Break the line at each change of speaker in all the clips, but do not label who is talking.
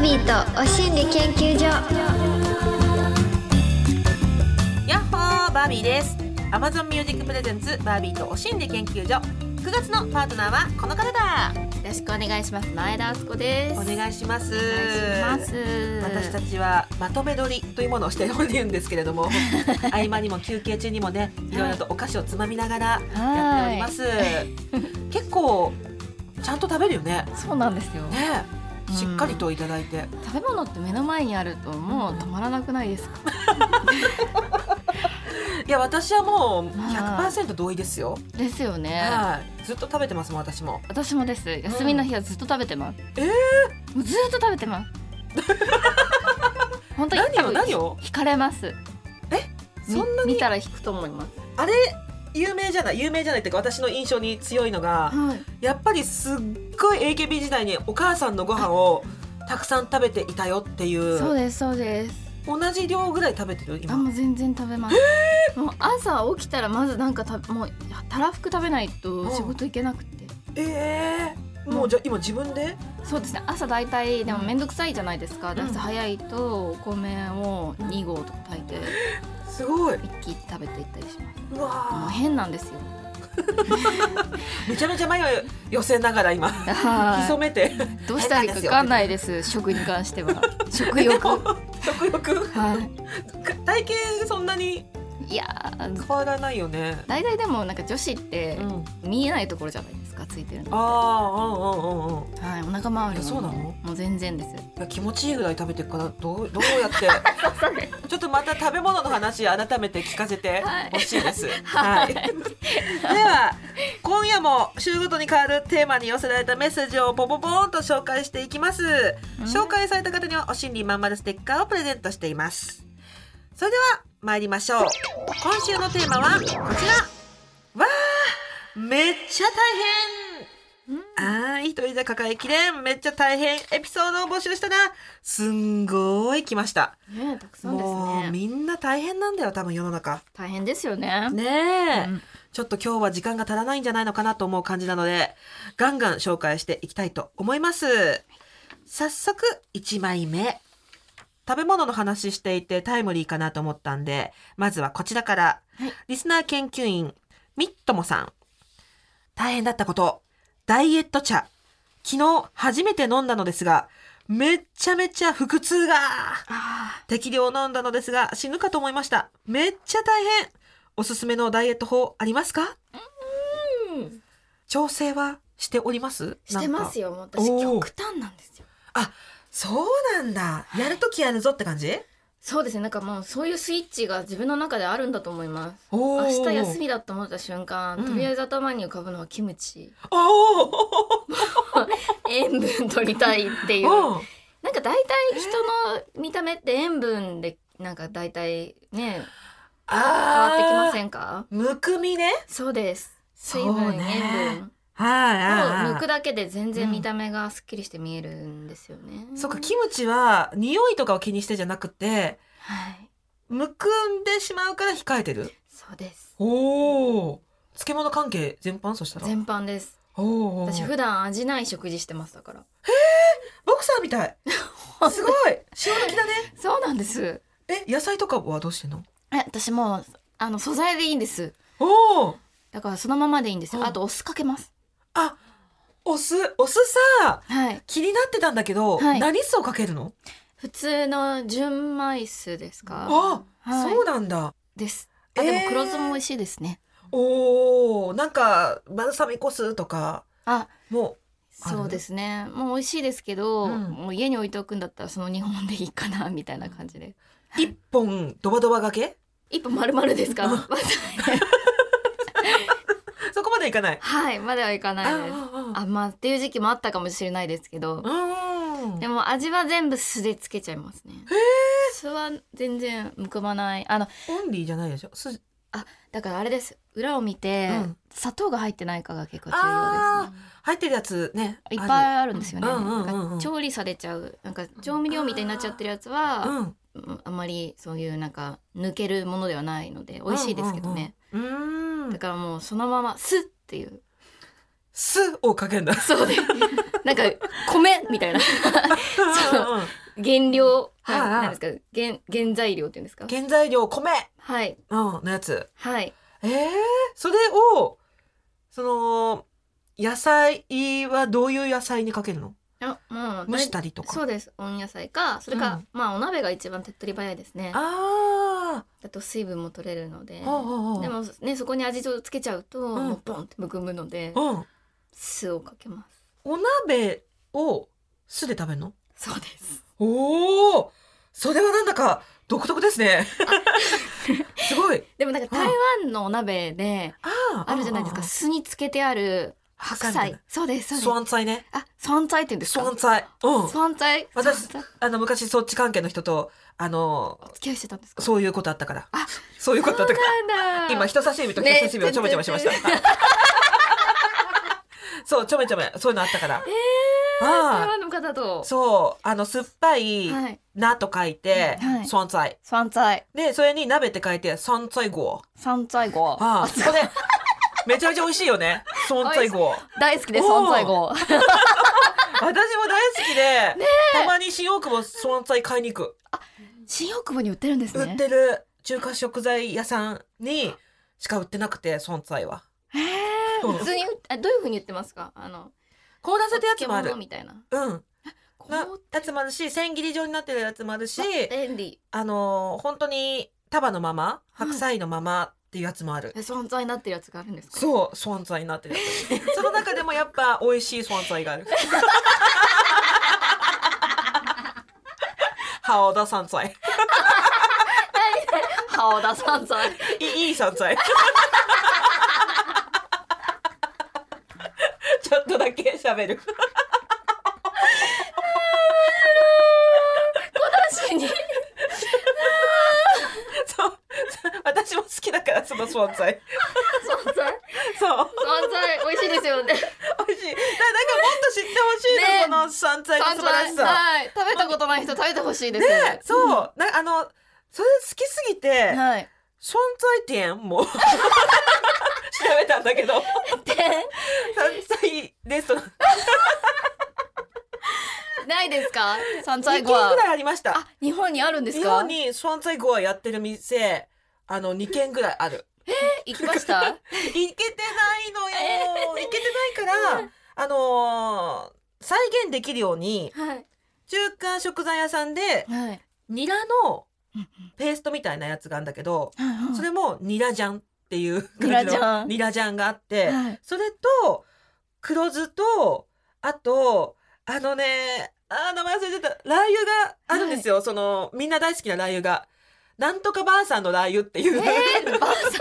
ミーとお心理研究所
やっほーバービーです Amazon Music Presents バービーとお心理研究所9月のパートナーはこの方だ
よろしくお願いします前田あすこで
お
す
願いします
お願いします
私たちはまとめ撮りというものをしているんですけれ ども合間にも休憩中にもねいろいろとお菓子をつまみながらやっております、結構ちゃんと食べるよね
そうなんですよ
ね
うん
しっかりといただいて、
食べ物って目の前にあるともう止まらなくないですか
いや私はもう
あ
100%同意ですよ、
ですよね
はいずっと食べてますもん私も
私もです休みの日はずっと食べてます、
え
もうずっと食べてます 本当に
何
多
を
分
何を
惹かれますみ
そんなに
見たら引くと思います
あれ有名じゃない有名じゃないっていうか私の印象に強いのが
はい
やっぱりすっごい AKB 時代にお母さんのご飯をたくさん食べていたよっていう
そうですそうです
同じ量ぐらい食べてる
あ
今
もう全然食べます、もう朝起きたらまずなんかたもうたらふく食べないと仕事行けなくて、
ええもうじゃあ今自分で
そうですね朝大体でも
うん
面倒くさいじゃないですか、で
うん
朝早いとお米を2合とか炊いて
すごい
一気に食べていったりします
う
もう
わ
変なんです よ
ーめちゃめちゃ迷い寄せながら今潜
は
めて
いどうしたらいいか分かんないです食に関しては食欲
食欲
は
体型そんなに
いいやー
変わらないよね
大体でもなんか女子って
うん
見えないところじゃないですかついてるの
あーうんうんうんうん
はいお腹周り
えそうなの
もう全然です
いや気持ちいいぐらい食べてるからどうどうやってちょっとまた食べ物の話改めて聞かせて
はい
ほしいです。は、
はいい
では今夜も週ごとに変わるテーマに寄せられたメッセージをポポポーンと紹介していきます。紹介された方にはお心理まんまるステッカーをプレゼントしています。それでは参りましょう。今週のテーマはこちら。わあめっちゃ大変あー、一人じゃ抱えきれん。めっちゃ大変。エピソードを募集したら、すんごい来ました。
ねたくさんです
もう、
ね
みんな大変なんだよ、多分世の中。
大変ですよね
ねえ、
うん
ちょっと今日は時間が足らないんじゃないのかなと思う感じなので、ガンガン紹介していきたいと思います。早速、1枚目。食べ物の話していてタイムリーかなと思ったんで、まずはこちらから。
はい
リスナー研究員、みっともさん。大変だったこと。ダイエット茶。昨日初めて飲んだのですが、めっちゃめちゃ腹痛が。
あ
適量飲んだのですが死ぬかと思いましためっちゃ大変おすすめのダイエット法ありますか
ー
調整はしております
してます
よ
よもう私
おー
極端なんですよ
そうなんだやるときやるぞって感じ
そうですねなんかもうそういうスイッチが自分の中であるんだと思います
お
明日休
み
みだと思った瞬間、
うん
とりあえず頭に浮かぶのはキムチ
おー
塩分取りたいっていう
おー
なんか大体人の見た目って塩分でなんか大体ね変わ
あ
ってきませ
ん
んか
むくみね
そうです水
そ
分、
うね
塩分
はい
を
あ
抜く
ー
だけで全
う
然
ん
見た目がすっきりして見えるんですよね、
そっかキムチは匂いとかを気にしてじゃなくて
はい
むくんでしまうから控えてる
そうです
おお漬物関係全般そしたら
全般です
おーおー
私普段味ない食事してますだから
ボクサー みたい。すごい。塩抜きだね。
そうなんです
え、野菜とかはどうしてんの。
え私もうあの素材でいいんです
おお。
だからそのままでいいんです
う
よ
ん
あとお酢かけます
あ。お酢、お酢さ、
はい
気になってたんだけど、
はい
何酢をかけるの。
普通の純米酢ですか
あ、
はい
そうなんだ。
ですあで
え
も
ー
黒酢も美味しいですね、
おお、なんか、バルサミコ酢とか。
あ
もある
そうですねもう美味しいですけど、
うん
もう家に置いておくんだったらその2本でいいかなみたいな感じで
う、一本ドバドバがけ。
一本丸々ですか
あそこまでいかない。
はいまではいか
あ
ないです
ーあ
あまあっていう時期もあったかもしれないですけど
ー、あー。う
で
ーん。
も味は全部酢でつけちゃいますね酢は全然むくまないあの
オンリーじゃないでしょ。酢。
だからあれです裏を見て、
うん
砂糖が入ってないかが結構重要
あ
ですね
あ、入ってるやつね。
いっぱい
い。
あるんですよね、
うんうんうんうん
なんか調理されちゃうなんか調味料みたいになっちゃってるやつは、
うん。
うんあまりそういうなんか抜けるものではないので美味しいですけどね、
うんうんうん。うー
だ
ん。
からもうそのまま「す」っていう
酢をかけるんだ。
そうですなんか米みたいな
うんうんうん
原料な
はいはい
なんですか原原材料っていうんですか
原材料米、
はい
うん、のやつ
はい
えー、それをその野菜はどういう野菜にかけるの
あもう
蒸したりとか
そうです温野菜かそれか、まあお鍋が一番手っ取り早いですね
あ
だと水分も取れるので
あおうおうおう
でもねそこに味をつけちゃうと、
ん
もうボンってむくむので
うん
酢をかけま
お鍋を酢で食べるの
すそうです
おおそれはなんだか独特で すねすごい
でもなんか台湾のお鍋で
あー
あるじゃないですか
あー
酢につけてある
あー
白
白菜みたい
菜そうですそう
な
です
ソワン菜ね
あ酸菜って言うんです
ソ
か
ワン菜うん
酸菜
私
酸菜
あの昔そっち関係の人とあの
お付き合いしてたんですか
そういうことあったから
あ
そういうことあったから
そうなんだ
今人差し指と人差し指をちょめちょめしました。
ね
そうちょめちょめそういうのあったから。
えー、
ああ
台湾の方と
そうあの酸っぱい
はい
なと書いて
はい
酸菜
酸菜
でそれに鍋って書いて酸菜ゴ
酸菜号
ー。ああこれめちゃめちゃ美味しいよね酸菜ゴー。
大好きです酸菜号
私も大好きでたまに新大久保酸菜買いに行く。
新大久保に売ってるんですね
売ってる中華食材屋さんにしか売ってなくて酸菜は。
え
うん
ー、普通にあどういう風に言ってますかあの
凍らせたやつもあ
お漬
る
物。みたいな
うん。な
こう
やつもあるし千切り状になってるやつもあるし。
便利
あのー本当に束のまま白菜のままっていうやつもある、
え酸菜になってるやつがあるんですか
そうソワン菜になってるやつその中でもやっぱ美味しいソワン菜がある ハオダ山菜
ハオダ酸菜
いいいい山菜ちょっとだけ喋る
確かに
そう私も好きだからそのソワン菜
酸菜
そう
酸菜美味しいですよ ね
美味しいだからなんかもっと知ってほしいの、
ね
この山菜の
酸
素晴らし
菜
さ、
はい食べたことない人食べてほしいです
ね、そう、なあのそれ好きすぎて
はい
存在点も調べたんだけど
で
山菜レストラン
ないですか酸
2
菜
軒
ご
ぐ
は
らいありました
あ日本にあるんです
日
か
本に存在ゴアやってる店あの2軒ぐらいあ る
行きました
行けてないのよ行けてないからあのー再現できるように
はい
中華食材屋さんで
はい
ニラのペーストみたいなやつがあるんだけどそれもニラジャンっていう
ニラ
感じの
ジャン
ニラジャンがあって、
はい
それと黒酢とあとあのねあー名前忘れてたラー油があるんですよ、そのみんな大好きなラー油が。なんとかばあさんのラー油っていう、
え ー、ばあ
なんと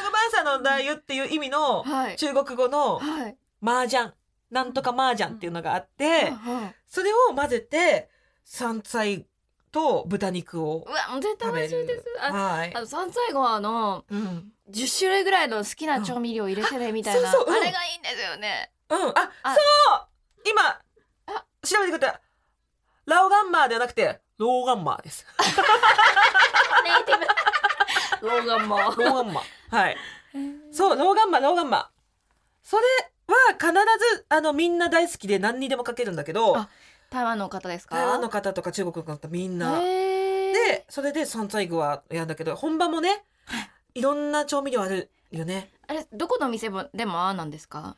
かばあさんのラー油っていう意味の
さんはい
中国語の
はい
麻雀なんとか麻雀っていうのがあって、
はい
それを混ぜて山菜と豚肉を
うわもう絶対
食
美
べ
味しいで
る
す。あ
はい
あの山菜ごはの
うん
10種類ぐらいの好きな調味料入れてねみたいなあ
そうそううん
れがいいんですよ ね。
うん、あ、
あ
そう今
あ
調べてくれたラオガンマーではなくてローガンマーです。
ネイティブローガンも。
ローガンマー。 はい。そう、ローガンマー、ローガンマー。それは必ずあのみんな大好きで何にでもかけるんだけど
あ、台湾の方ですか？
台湾の方とか中国の方みんな。
へー
で、それで山菜具はやるんだけど、本場もね、いろんな調味料あるよね。
あれどこのお店もでもああなんですか？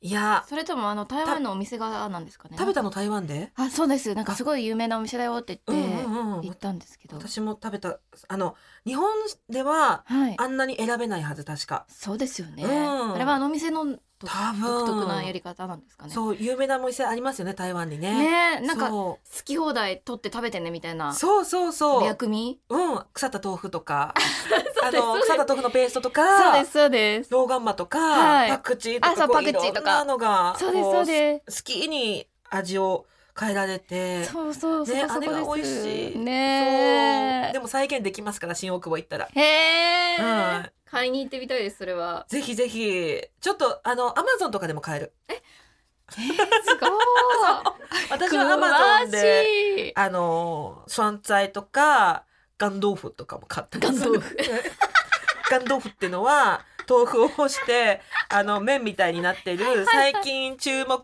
いや、
それともあの台湾のお店がああなんですかね？
食べたの台湾で？
あそうですなんかすごい有名なお店だよって
うん
言って
うんうん
行っ。たんですけど。
私も食べた。あの日本では
はい。
あんなに選べないはず確か。
そうですよね。
うん
あれはあのお店の独
多分
独特なやり方なんですかね。
そう有名なお店ありますよね台湾にね
ねえなんか好
そ
き放題取って食べてねみたいな
うそうそうそう
薬味
うん腐った豆腐とかあ
です
の
そうです
腐った豆腐のペースト
そう
とか
ですそうです
ローガンマとか、
はい
パクチーとか
あそう
こ
パクチーとか
いろんなのが
そうです
こ
そうで
好きに味を変えられて
そうそうそ
ね
こ
あ
そ
れ
こ
が美
で
味
す
しい
ね
そうでも再現できますから新大久保行ったら
えへ
は
え買いに行ってみたいですそれ は
ぜひぜひちょっとあのアマゾンとかでも買える
すご
私
い
はアマゾン
詳
で
しい
あ の酸菜とかガン豆腐とかも買ったりする
ガン豆腐
干豆腐っていうのは豆腐を干してあの麺みたいになってる最近注目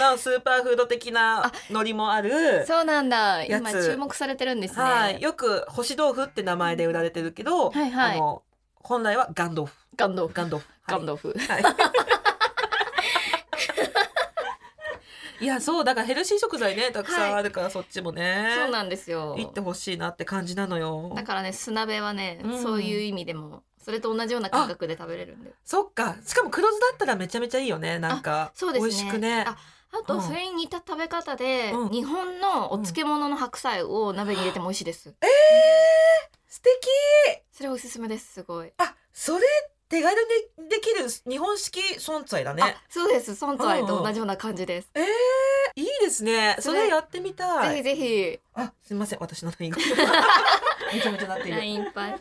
のスーパーフード的な海苔もある
そうなんだ
やつ
今注目されてるんですね、
はい、よく干し豆腐って名前で売られてるけど、
はいはい
あの本来はガン豆腐
ガンドフ
ガン豆腐、
ガンドフ
はい いやそうだからヘルシー食材ねたくさんあるから、そっちもね
そうなんですよ
行ってほしいなって感じなのよ
だからね砂鍋はね、
うん
そういう意味でもそれと同じような感覚で食べれるんで
そっかしかも黒酢だったらめちゃめちゃいいよねなんか
そうですね
美味しくね
ああと
うん
それに似た食べ方で、
うん
日本のお漬物の白菜を鍋に入れても美味しいです、
素敵
それおすすめですすごい、
あそれ手軽にできる日本式存在だね
あそうですソンツァイと同じような感じです、
えー、いいですねそ
そ
れ
れ
やってみたい
ぜひぜ
あ、すみません、私の LINE が。めちゃめちゃなって
ひ
い
ラ
る。
インいっぱい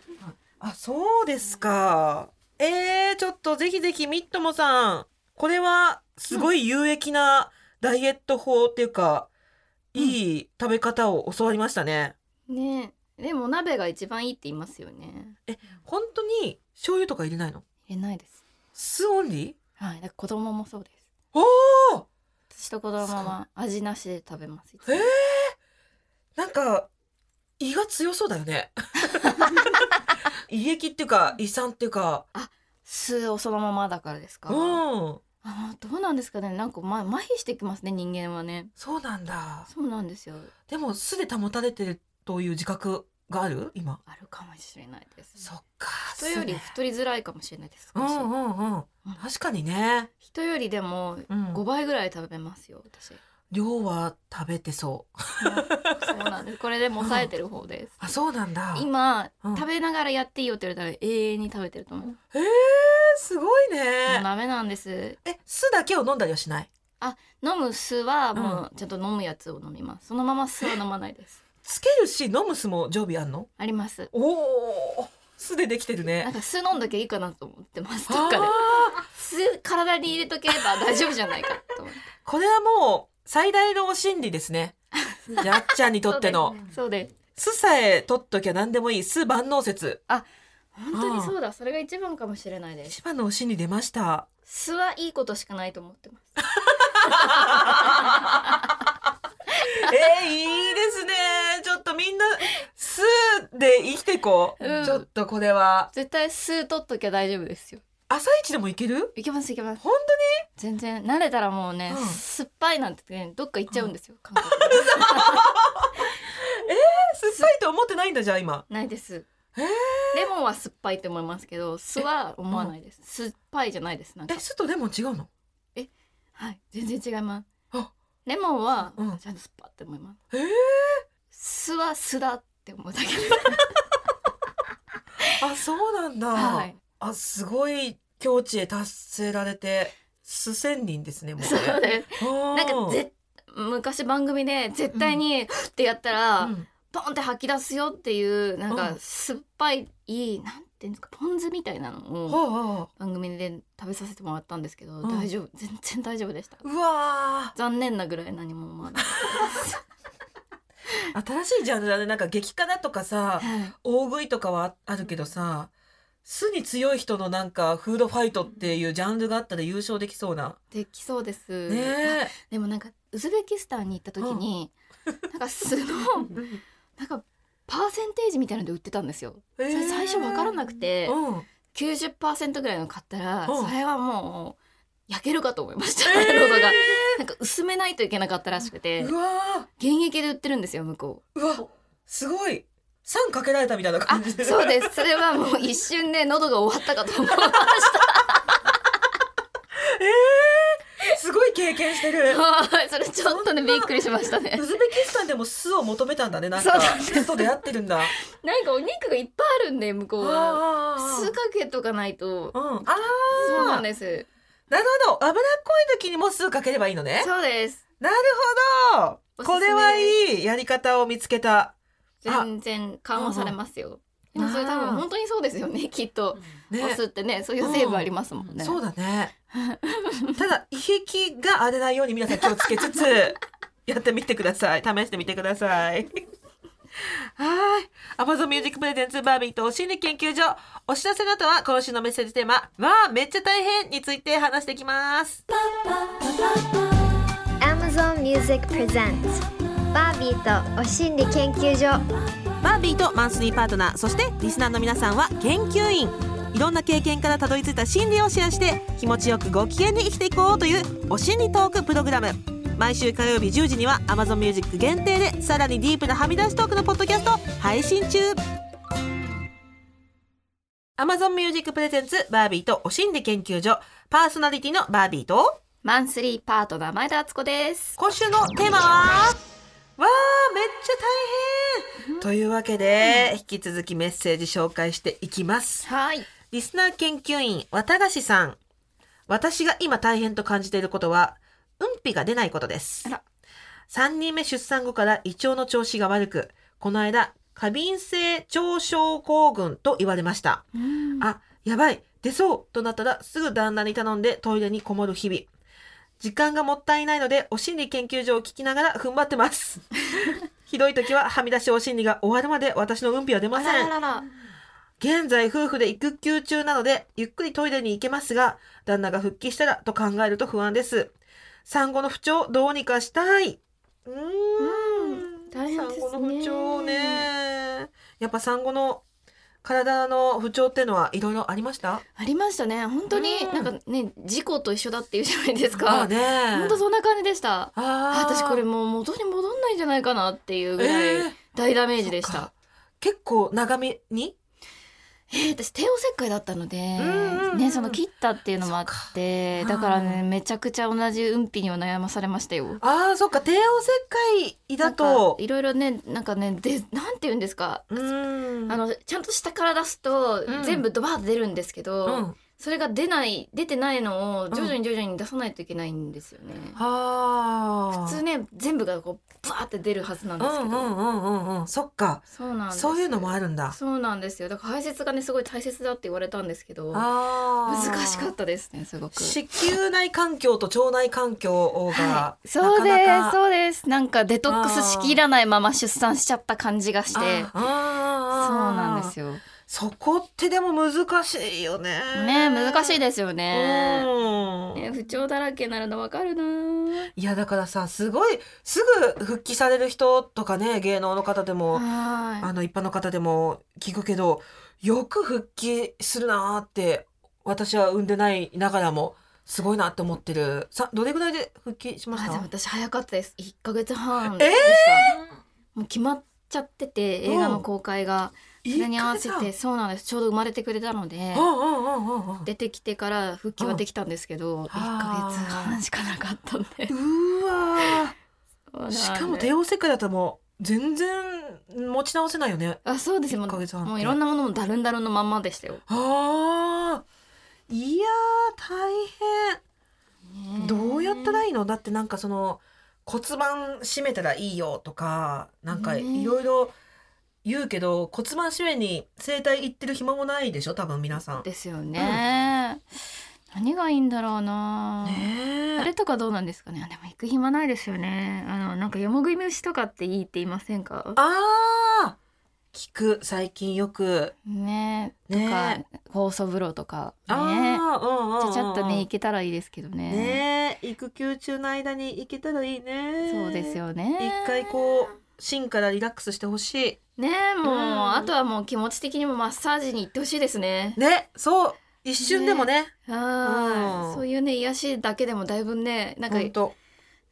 あ、そうですか。えー、ちょっとぜひぜひ、みっともさん。これは、すごい有益なダイエット法っていうか、
うん
いい食べ方を教わりましたね。
ねでも鍋が一番いいって言いますよね
本当に、醤油とか入れないの
入れないです
酢オンリ
はいだから子供もそうです
ーおー
私と子供は味なしで食べます
えー、なんか、胃が強そうだよ ね。胃液っていうか、胃酸っていうか、
酢をそのままだからですか
うん、
あどうなんですかねなんかま麻痺してきますね人間はね
そうなんだ。
そうなんですよ
でも素で保たれてるという自覚がある今
あるかもしれないです
そっか
人より
素ね
太りづらいかもしれないです、
う
少し
んうんうん
うん
確かにね、
人よりでも
うん、
5倍ぐらい食べますよ 私
量は食べてそう
そうなんですこれでも抑えてる方です
あそうなんだ
今、
うん
食べながらやっていいよって言われたら永遠に食べてると思う、
えー、すごい
もう
ね
ダメなんです
え酢だけを飲んだりはしない
飲む酢はもうちゃんと飲むやつを飲みますそのまま酢は飲まないです
つけるし飲む酢も常備あんの
あります
おお酢でできてる
なん
ね
か酢飲んどきゃいいかなと思ってますど
あ
っ
ー
かで酢体に入れとけば大丈夫じゃないかと思って
これはもう最大の心理で すねやっちゃんにとっての、
そうです
酢さえ取っときゃ何でもいい酢万能説
本当にそうだそれが一番かもしれないです
一番のお心理出ました
酢はいいことしかないと思ってます
えー、いいですねちょっとみんな酢で生きてこう、
うん
ちょっとこれは
絶対酢取っときゃ大丈夫ですよ
朝一でもいける
いけますいけます
本
全然慣れたらもうね、
うん
酸っぱいなんて、ね、どっか行っちゃうんですよ、感覚が
当に酸っぱいと思ってないんだじゃあ今
ないです
えー
レモンは酸っぱいって思いますけど酢は思わないです酸っぱいじゃないですなんか
え酢とレモン違うの
はい全然違います
あ
レモンは
うん
ちゃんと酸っぱって思います
えー、
酢は酢だって思うだけです
あそうなんだ、
はい
あすごい境地へ達せられて酢千人ですねもうね
そうです
あー
なんかぜ昔番組で絶対にってやったら、
うん
ポンって吐き出すよっていうなん
う
か
ん
酸っぱいいいなんていうんですかポン酢みたいなのを
ほうほう
番組で食べさせてもらったんですけど、
ん
大丈夫全然大丈夫でした
うわ
残念なぐらい何も思 わない、
ー新しいジャンルだねなんか激辛とかさ
はい
大食いとかはあるけどさ酢に強い人のなんかフードファイトっていうジャンルがあったら優勝できそうな。
できそうです、
ね
でもなんかウズベキスタンに行った時に、 なんか酢のなんかパーセンテージみたいなので売ってたんですよ
え。
それ最初分からなくて、
うん。
90%ぐらいの買ったら、
うん
それはもう焼けるかと思いました、
えー
喉がなんか薄めないといけなかったらしくて
うわ
現役で売ってるんですよ向こう
ーうわすごい酸かけられたみたいな
あ
感じで。
そうですそれはもう一瞬で喉が終わったかと思う
す。すごい経験してる。
それちょっとねびっくりしましたね
ウズベキスタンでも酢を求めたんだねなん
そ
か
うなんで
酢と出会ってるんだ。
なんかお肉がいっぱいあるんで向こうは
あー
酢かけとかないと
うん、あー
そうなんです
なるほど脂っこい時にも酢かければいいのね
そうです
なるほど
おすすめ
これはいいやり方を見つけたあ
全然緩和されますよ
う
で
んうん
もそれ多分本当にそうですよねきっと、
ね
お酢ってねそういう成分ありますもんね、
そうだ ねただ胃壁が荒れ ないように皆さん気をつけつつやってみてください試してみてくださいはい。アマゾンミュージックプレゼンツバービーと心理研究所。お知らせの後は今週のメッセージテーマ、わあ、めっちゃ大変について話していきます。
Amazon Music Presents バービーとお心理研究所
バービーとマンスリーパートナー、そしてリスナーの皆さんは研究員。いろんな経験からたどり着いた心理をシェアして、気持ちよくご機嫌に生きていこうというお心理トークプログラム。毎週火曜日10時には Amazon Music 限定でさらにディープなはみ出しトークのポッドキャストを配信中 Amazon Music プレゼンツバービーとお心理研究所パーソナリティのバービーと
マンスリーパートナー前田敦子です。
今週のテーマはわーめっちゃ大変というわけで、引き続きメッセージ紹介していきます
はい。
リスナー研究員綿菓子さん私が今大変と感じていることはうんぴが出ないことです
あら
3人目出産後から胃腸の調子が悪くこの間過敏性腸症候群と言われましたあ、やばい、出そうとなったらすぐ旦那に頼んでトイレにこもる日々。時間がもったいないので、お心理研究所を聞きながら踏ん張っ てます。ひどい時ははみ出しお心理が終わるまで私の運気は出ま
あ
せ
ら
ん。
ららら。
現在夫婦で育休中なので、ゆっくりトイレに行けますが、旦那が復帰したらと考えると不安です。産後の不調どうにかしたい。うーん。
大変ですね
産後の不調ね。やっぱ産後の体の不調っていうのはいろいろありました
ありましたね。本当に
うん
なんかね、事故と一緒だっていうじゃないです
まあ
か。
ね。
本当そんな感じでした。
あ
あ
ー
私これもう元に戻んないんじゃないかなっていうぐ
え
ら
ー
い大ダメージでし
そっか
た。
結構長めに
えー私帝王切開だったので、
んうんうん
ねその切ったっていうのもあって
そっか
だから
はあ
ねめちゃくちゃ同じ運気には悩まされましたよ。
ああそっか帝王切開だ
なんか
と
いろいろねなんかねでなんて言うんですか、
うーん
あのちゃんと下から出すと、
うん
全部ドバーッと出るんですけど、
うん
それが出ない出てないのを
ん
徐々に徐々に出さないといけないんですよね。
あ
普通
ね
ね全部がこうバーって出るはずなん
う
です
ん
け
う
ど、
んうんうんうんそっか
そうなんです
そういうのもあるんだ
そうなんですよだから排泄がねすごい大切だって言われたんですけど難
あー
しかったですねすごく。
子宮内環境と腸内環境が、
はい、
なか
そうです
なか
そうですなんかデトックスしきらないまま出産しちゃった感じがして
あ
そう
あ
なんですよね
そこってでも難しいよね
難しい
で
ですよねね不調だらけになるのわかるない
やだからさすごいすぐ復帰される人とかね芸能の方でも、あ
は
の一般の方でも聞くけどよく復帰するなーって私は産んでないながらもすごいなって思ってるさどれぐらいで復帰し
い
まし
あでも
た
私早かったです一ヶ月半
え
でした、もう決まっちゃってて映画の公開がそれに合わせてそうなんですちょうど生まれてくれたので
うんうんうんうんうん
出てきてから復帰はできたんですけど一ヶ月半しかなかったんで
うわ
そうなん
ー
です
しかも帝王切開だったらもう全然持ち直せないよね
あそうですよも
1ヶ月
う
半って
もういろんなものもだるんだるんのまんまでしたよ、
あーいやー大変どうやったらいいのだってなんかその骨盤締めたらいいよとかなんか
ねえ
いろいろ言うけど骨盤締めに整体行ってる暇もないでしょ多分皆さん。ね
ですよね、何がいいんだろうな、あ
え
れとかどうなんですかねあでも行く暇ないですよねあのなんか山食い虫とかっていいって言いませんか
あー聞く最近よく。
ねえとか
ね
酵素風呂とか
え。
ね
あーうんうんうん
ちゃちゃっとね行けたらいいですけどね
ねえ育休中の間に行けたらいいね。
そうです。よね
一回こう芯からリラックスしてほしい。
ねえもう、
うん
あとはもう気持ち的にもマッサージに行ってほしいですね
ねそう一瞬でもね。
は
うん
いそういうね癒しだけでもだいぶねなんか
本当。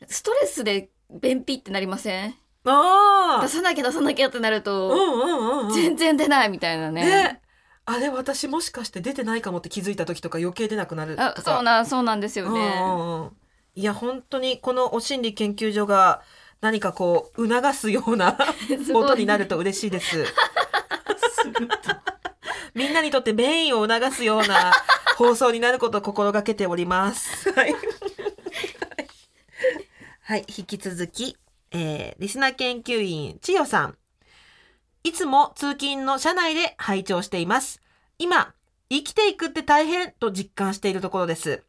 ストレスで便秘ってなりません
ああ
出。さなきゃ出さなきゃってなる
う
と、
んうんうんうん。
全然出ないみたいなね
ねあれ私もしかして出てないかもって気づいた時とか余計出なくなるとか
あそうなんそうなんですよね、
うんうんうんいや本当にこのお心理研究所が何かこう促すような
すごい
ことになると嬉しいです。みんなにとってメインを促すような放送になることを心がけております。はい、はい、引き続き、えーリスナー研究員千代さん。いつも通勤の車内で拝聴しています。今、生きていくって大変と実感しているところです。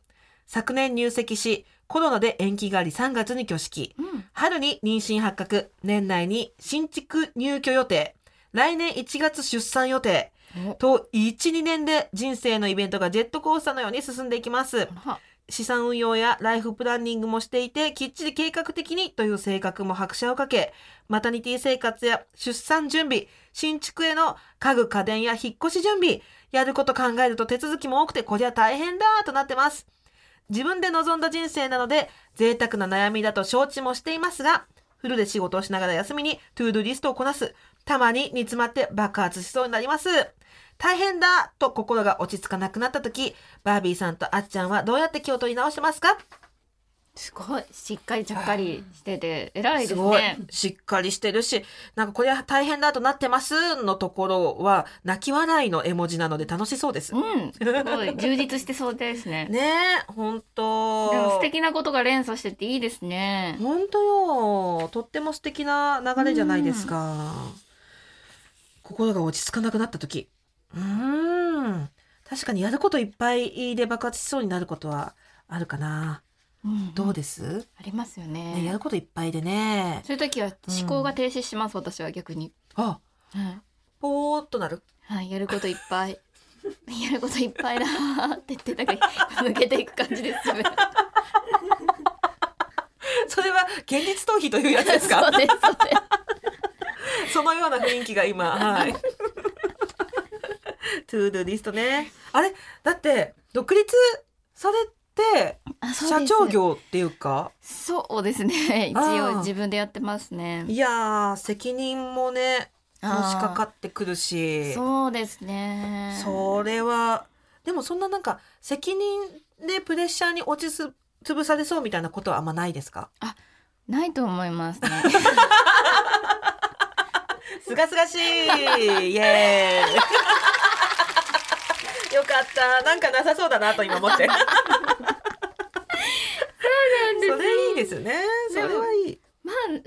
昨年入籍し、コロナで延期があり3月に挙式。
うん
春に妊娠発覚。年内に新築入居予定。来年1月出産予定。
お
と、1、2年で人生のイベントがジェットコースターのように進んでいきます。
あら
資産運用やライフプランニングもしていて、きっちり計画的にという性格も拍車をかけ、マタニティ生活や出産準備、新築への家具家電や引っ越し準備、やること考えると手続きも多くて、こりゃ大変だとなってます。自分で望んだ人生なので、贅沢な悩みだと承知もしていますが、フルで仕事をしながら休みに、トゥードゥリストをこなす。たまに煮詰まって爆発しそうになります。大変だと心が落ち着かなくなった時、バービーさんとあっちゃんはどうやって気を取り直してますか
すごいしっかりちゃっかりしてて偉いですす
ごい
ね。
しっかりしてるし、なんかこれは大変だとなってますのところは、泣き笑いの絵文字なので楽しそうです。
うんすごい充実してそうですね。
ねえ、ほん
でも素
と。
敵なことが連鎖してていいですね。
ほんとよ。とっても素敵な流れじゃないですか。心が落ち着かなくなった時。うーん。確かにやることいっぱいで爆発しそうになることはあるかな。
うん
どうです、
ありますよ
ね、や
ね
る。こといっぱいでね。
そういう時は思考が停止します、私は逆に。
あ、
はい
ぽーっとなる。
はい、やることいっぱい。 やることいっぱいだーって言ってなんか抜けていく感じですよね。
それは現実逃避というやつですか
そうですそうです。
そのような雰囲気が今、 はい。トゥードゥリストね。あれだって、独立されて、
あそう
社
です
長業っていうか、
そうですね。一
あー
応自分でやってますね。
いやー、責任もね、のしかか
あ
ってくる
ー
し、
そうですね。
それは、でもそんななんか、責任でプレッシャーに落ちす潰されそうみたいなことはあんまないですか
ないと思います ね。
すがすがしいイエーイ よかったなんかなさそうだなと今思ってそうなん ですそれいいですねそれはいい
まあなね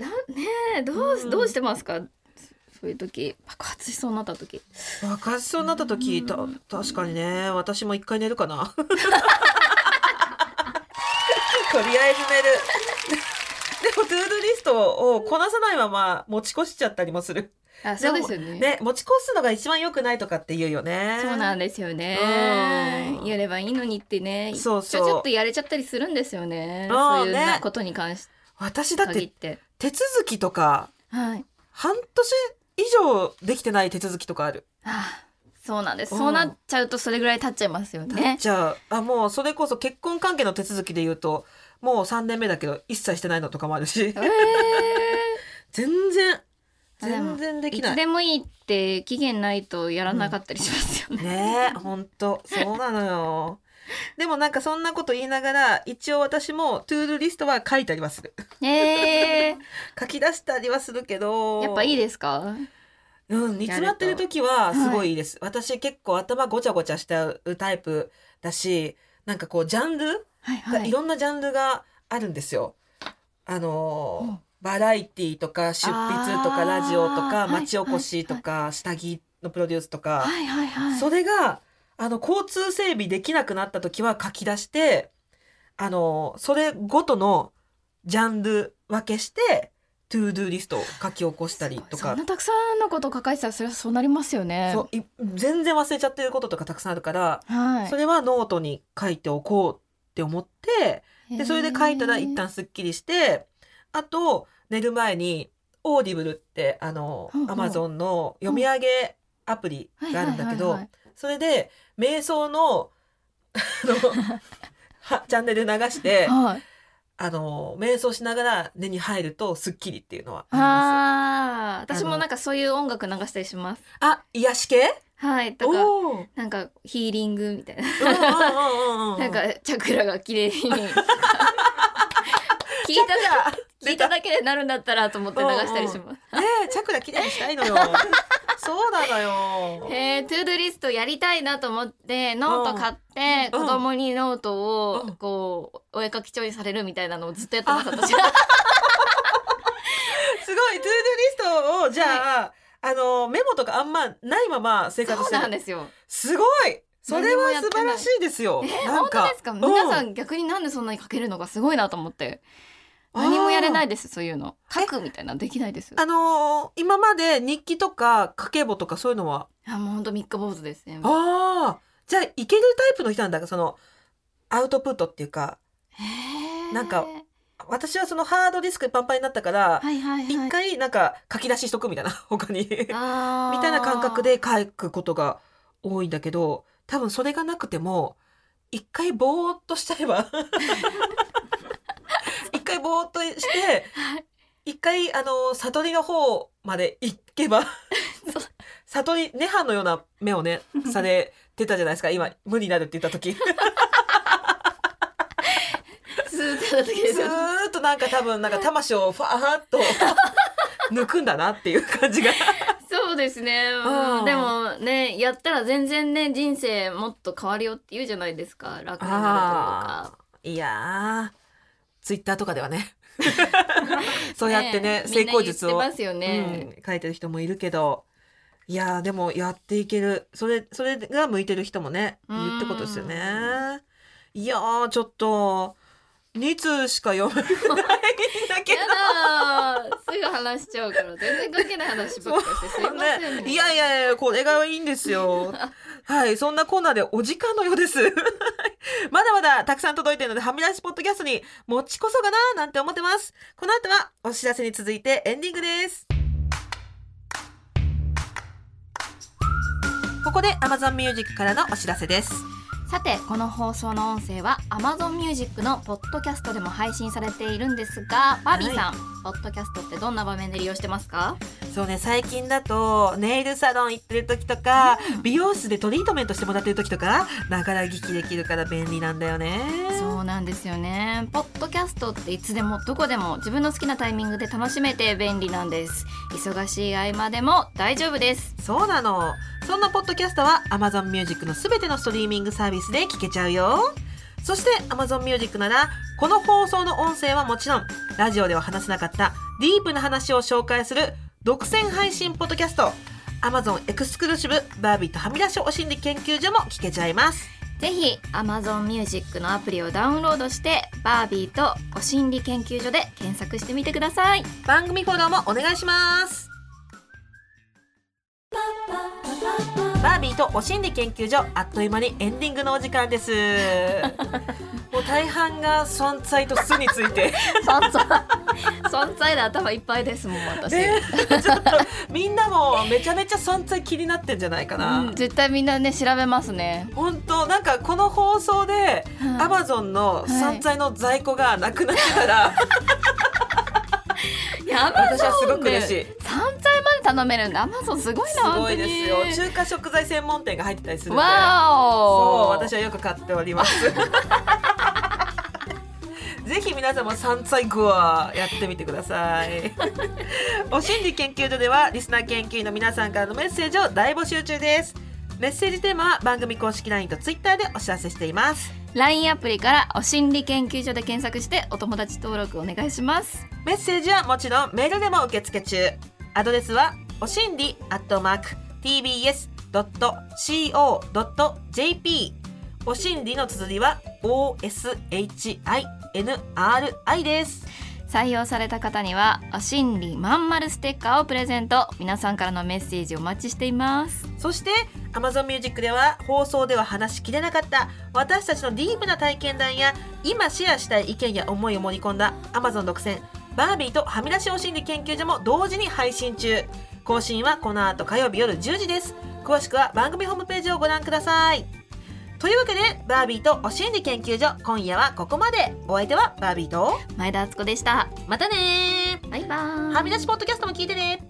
えどう
うん
しどうしてますか。そういう時爆発しそうになった時。
爆発しそうになった時た確かにね私も一回寝る かなとりあえず寝るでもトゥードゥリストをこなさないまま持ち越しちゃったりもする
あそうですよね。
ね持ち越すのが一番良くないとかって言うよね
そうなんですよね
う。ん
やればいいのにってね。
そうそう
一応ちょっとやれちゃったりするんですよね。
あー
そういうな
ね
ことに関し
私だって
限って。
手続きとか
はい。
半年以上できてない手続きとかある。
あーそうなんです。
うん
そうなっちゃうとそれぐらい経っちゃいますよね。
じゃあ、あ、もうそれこそ結婚関係の手続きで言うと、もう3年目だけど一切してないのとかもあるし
え、
全然、
あでも
全然で
ー、い
きな
つ
い。
でもいいって期限ないとやらなかったりしますよね。
ねえ、ほんと、そうなのよ。 でもなんかそんなこと言いながら、一応私もトゥードゥリストは書いたりはす る。
え
書き出したりはするけ
ー、
ど。
やっぱいい
で
ですか？
うん、煮詰まってる時は
と
すごいいいです。私結構頭ごちゃごちゃしちゃうタイプだし、なんかこうジャンル
はい
が
はいい。
ろんなジャンルがあるんですよ。あのー
うん
バラエティとか出筆と
あ
か
ー
ラジオと
は
か
い
町おこしとか下着のプロデュースとか、
はいはいはい。
それがあの交通整備できなくなった時は書き出してあのーそれごとのジャンル分けしてトゥードゥーリストを書き起こしたりと
そ
か
んなたくさんのことを抱えてたらそれはそうなりますよね。
そうい全然忘れちゃってることとかたくさんあるから、
はい。
それはノートに書いておこうって思ってでそれで書いたら
へー
一旦すっきりしてあと寝る前にオーディブルってあの
ほうほ
ア
う
マゾンの読み上げアプリがあるんだけ
は
ど
いはいはいはい
それで瞑想のあのはチャンネル流し て
はい、
あの瞑想しながら寝に入るとすっきりっていうのはあ
ああ
ります
私もなんかそういう音楽流したりします
りますあ癒し系
はいとか
おー
なんかヒーリングみたいな、
うんうんうんうんう ん
なんかチャクラが綺麗に 聞いた
だ
聞いただけでなるんだったらと思って流したりし ます
ねえチャクラきれいにしたい のよそうなのよ
えー、トゥードゥリストやりたいなと思ってノート買って
うん
子供にノート
うん
をこうお絵描き帳にされるみたいなのをずっとやってます私
すごい、トゥードゥリストを、じゃあ、あの、メモとかあんまないまま生活し
そう
てる。
なんですよ
すごいそれは
何もやっ
素
て
晴
ない
らしいですよ。
え
なん
本当ですか
う
皆さん逆になんでそんなに書けるのがすごいなと思って何もやれないですそういうの
え
書くみたいなのできないです
あのー今まで日記とか家計簿とかそういうのは、
あもう本当三日坊主ですね
ああ、じゃあいけるタイプの人なんだが、そのアウトプットっていうか、
へー
なんか私はそのハードディスクパンパンになったから、
はいはい
一、
はい
回なんか書き出ししとくみたいな、他に。みたい
み
な感 覚で書くことが多いんだけど、多分それがなくても、一回ぼーっとしちゃ えば、一回ぼーっとして、一回あの悟りの方まで行けば
そう
悟り涅槃のような目をねされてたじゃないですか今無になるって言った 時ず
スーッてやっただけです
ー
よ
っとなんか多分なんか魂をファーッ と抜くんだなっていう感じが
そうですね、
うん
でもねやったら全然ね人生もっと変わるよって言うじゃないですか楽にな
あーいやーツイッターとかでは ねそ
ると
う
いうか
やってね
え
成功術
みん
を
な言ってますよね、
うん、書いてる人もいるけどいやーでもやっていけるそれそれが向いてる人もねいるってことですよねいやーちょっと2通しか読めないんだけ
やだーすぐ話しちゃうから全然書けない話ばっかりしてすい
ど
ま せん
ね、いやいやいやこれがいいんです よはいそんなコーナーでお時間のようです まだまだたくさん届いてるのではみ出しポッドキャストに持ちこそかななんて思ってますこの後はお知らせに続いてエンディングですここで Amazon Music からのお知らせです
さてこの放送の音声は Amazon Music のポッドキャストでも配信されているんですがバービーさん、ポッドキャストってどんな場面で利用してますか
そうね最近だとネイルサロン行ってる時とか美容室でトリートメントしてもらってる時とかながら聞きできるから便利なんだよね
そうなんですよねポッドキャストっていつでもどこでも自分の好きなタイミングで楽しめて便利なんです忙しい合間でも大丈夫です
そうなの。そんなポッドキャストは Amazon Music のすべてのストリーミングサービスで聞けちゃうよ。そして Amazon Music ならこの放送の音声はもちろんラジオでは話せなかったディープな話を紹介する独占配信ポッドキャスト Amazon エクスクルーシブバービーとはみ出しお心理研究所も聞けちゃいます。
ぜひ Amazon Music のアプリをダウンロードしてバービーとお心理研究所で検索してみてくださ い
番組フォローもお願いしますバービーとお心理研究所あっという間にエンディングのお時間です もう大半が存在と巣につい て
存在存在で頭いっぱいですもん私、
ねちょっとみんなもめちゃめちゃ存在気になってんじゃないかな、
うん絶対みんなね調べますね、
本当なんかこの放送でア
は
マゾンの
い
存在の在庫がなくなってたら、
い、やば
私はすごく嬉しい
山菜まで頼めるんだ Amazon すごいな
すごいですよ
本当に
中華食材専門店が入ってたりするんでそ
わ
う
ーお
私はよく買っておりますぜひ皆様山菜グアやってみてくださいお心理研究所ではリスナー研究員の皆さんからのメッセージを大募集中ですメッセージテーマは番組公式 LINE と Twitter でお知らせしています
LINE アプリからお心理研究所で検索してお友達登録お願いします
メッセージはもちろんメールでも受付中アドレスはおしんりアットマーク tbs.co.jp おしんりの綴りは oshinri です
採用された方にはお心理まんまるステッカーをプレゼント皆さんからのメッセージお待ちしています
そして Amazon Music では放送では話しきれなかった私たちのディープな体験談や今シェアしたい意見や思いを盛り込んだ Amazon 独占バービーとはみ出しお心理研究所も同時に配信中更新はこの後火曜日夜10時です詳しくは番組ホームページをご覧くださいというわけでバービーとお心理研究所今夜はここまでお相手はバービーと
前田敦子でした
またね
バイバーイ
はみ出しポッドキャストも聞いてね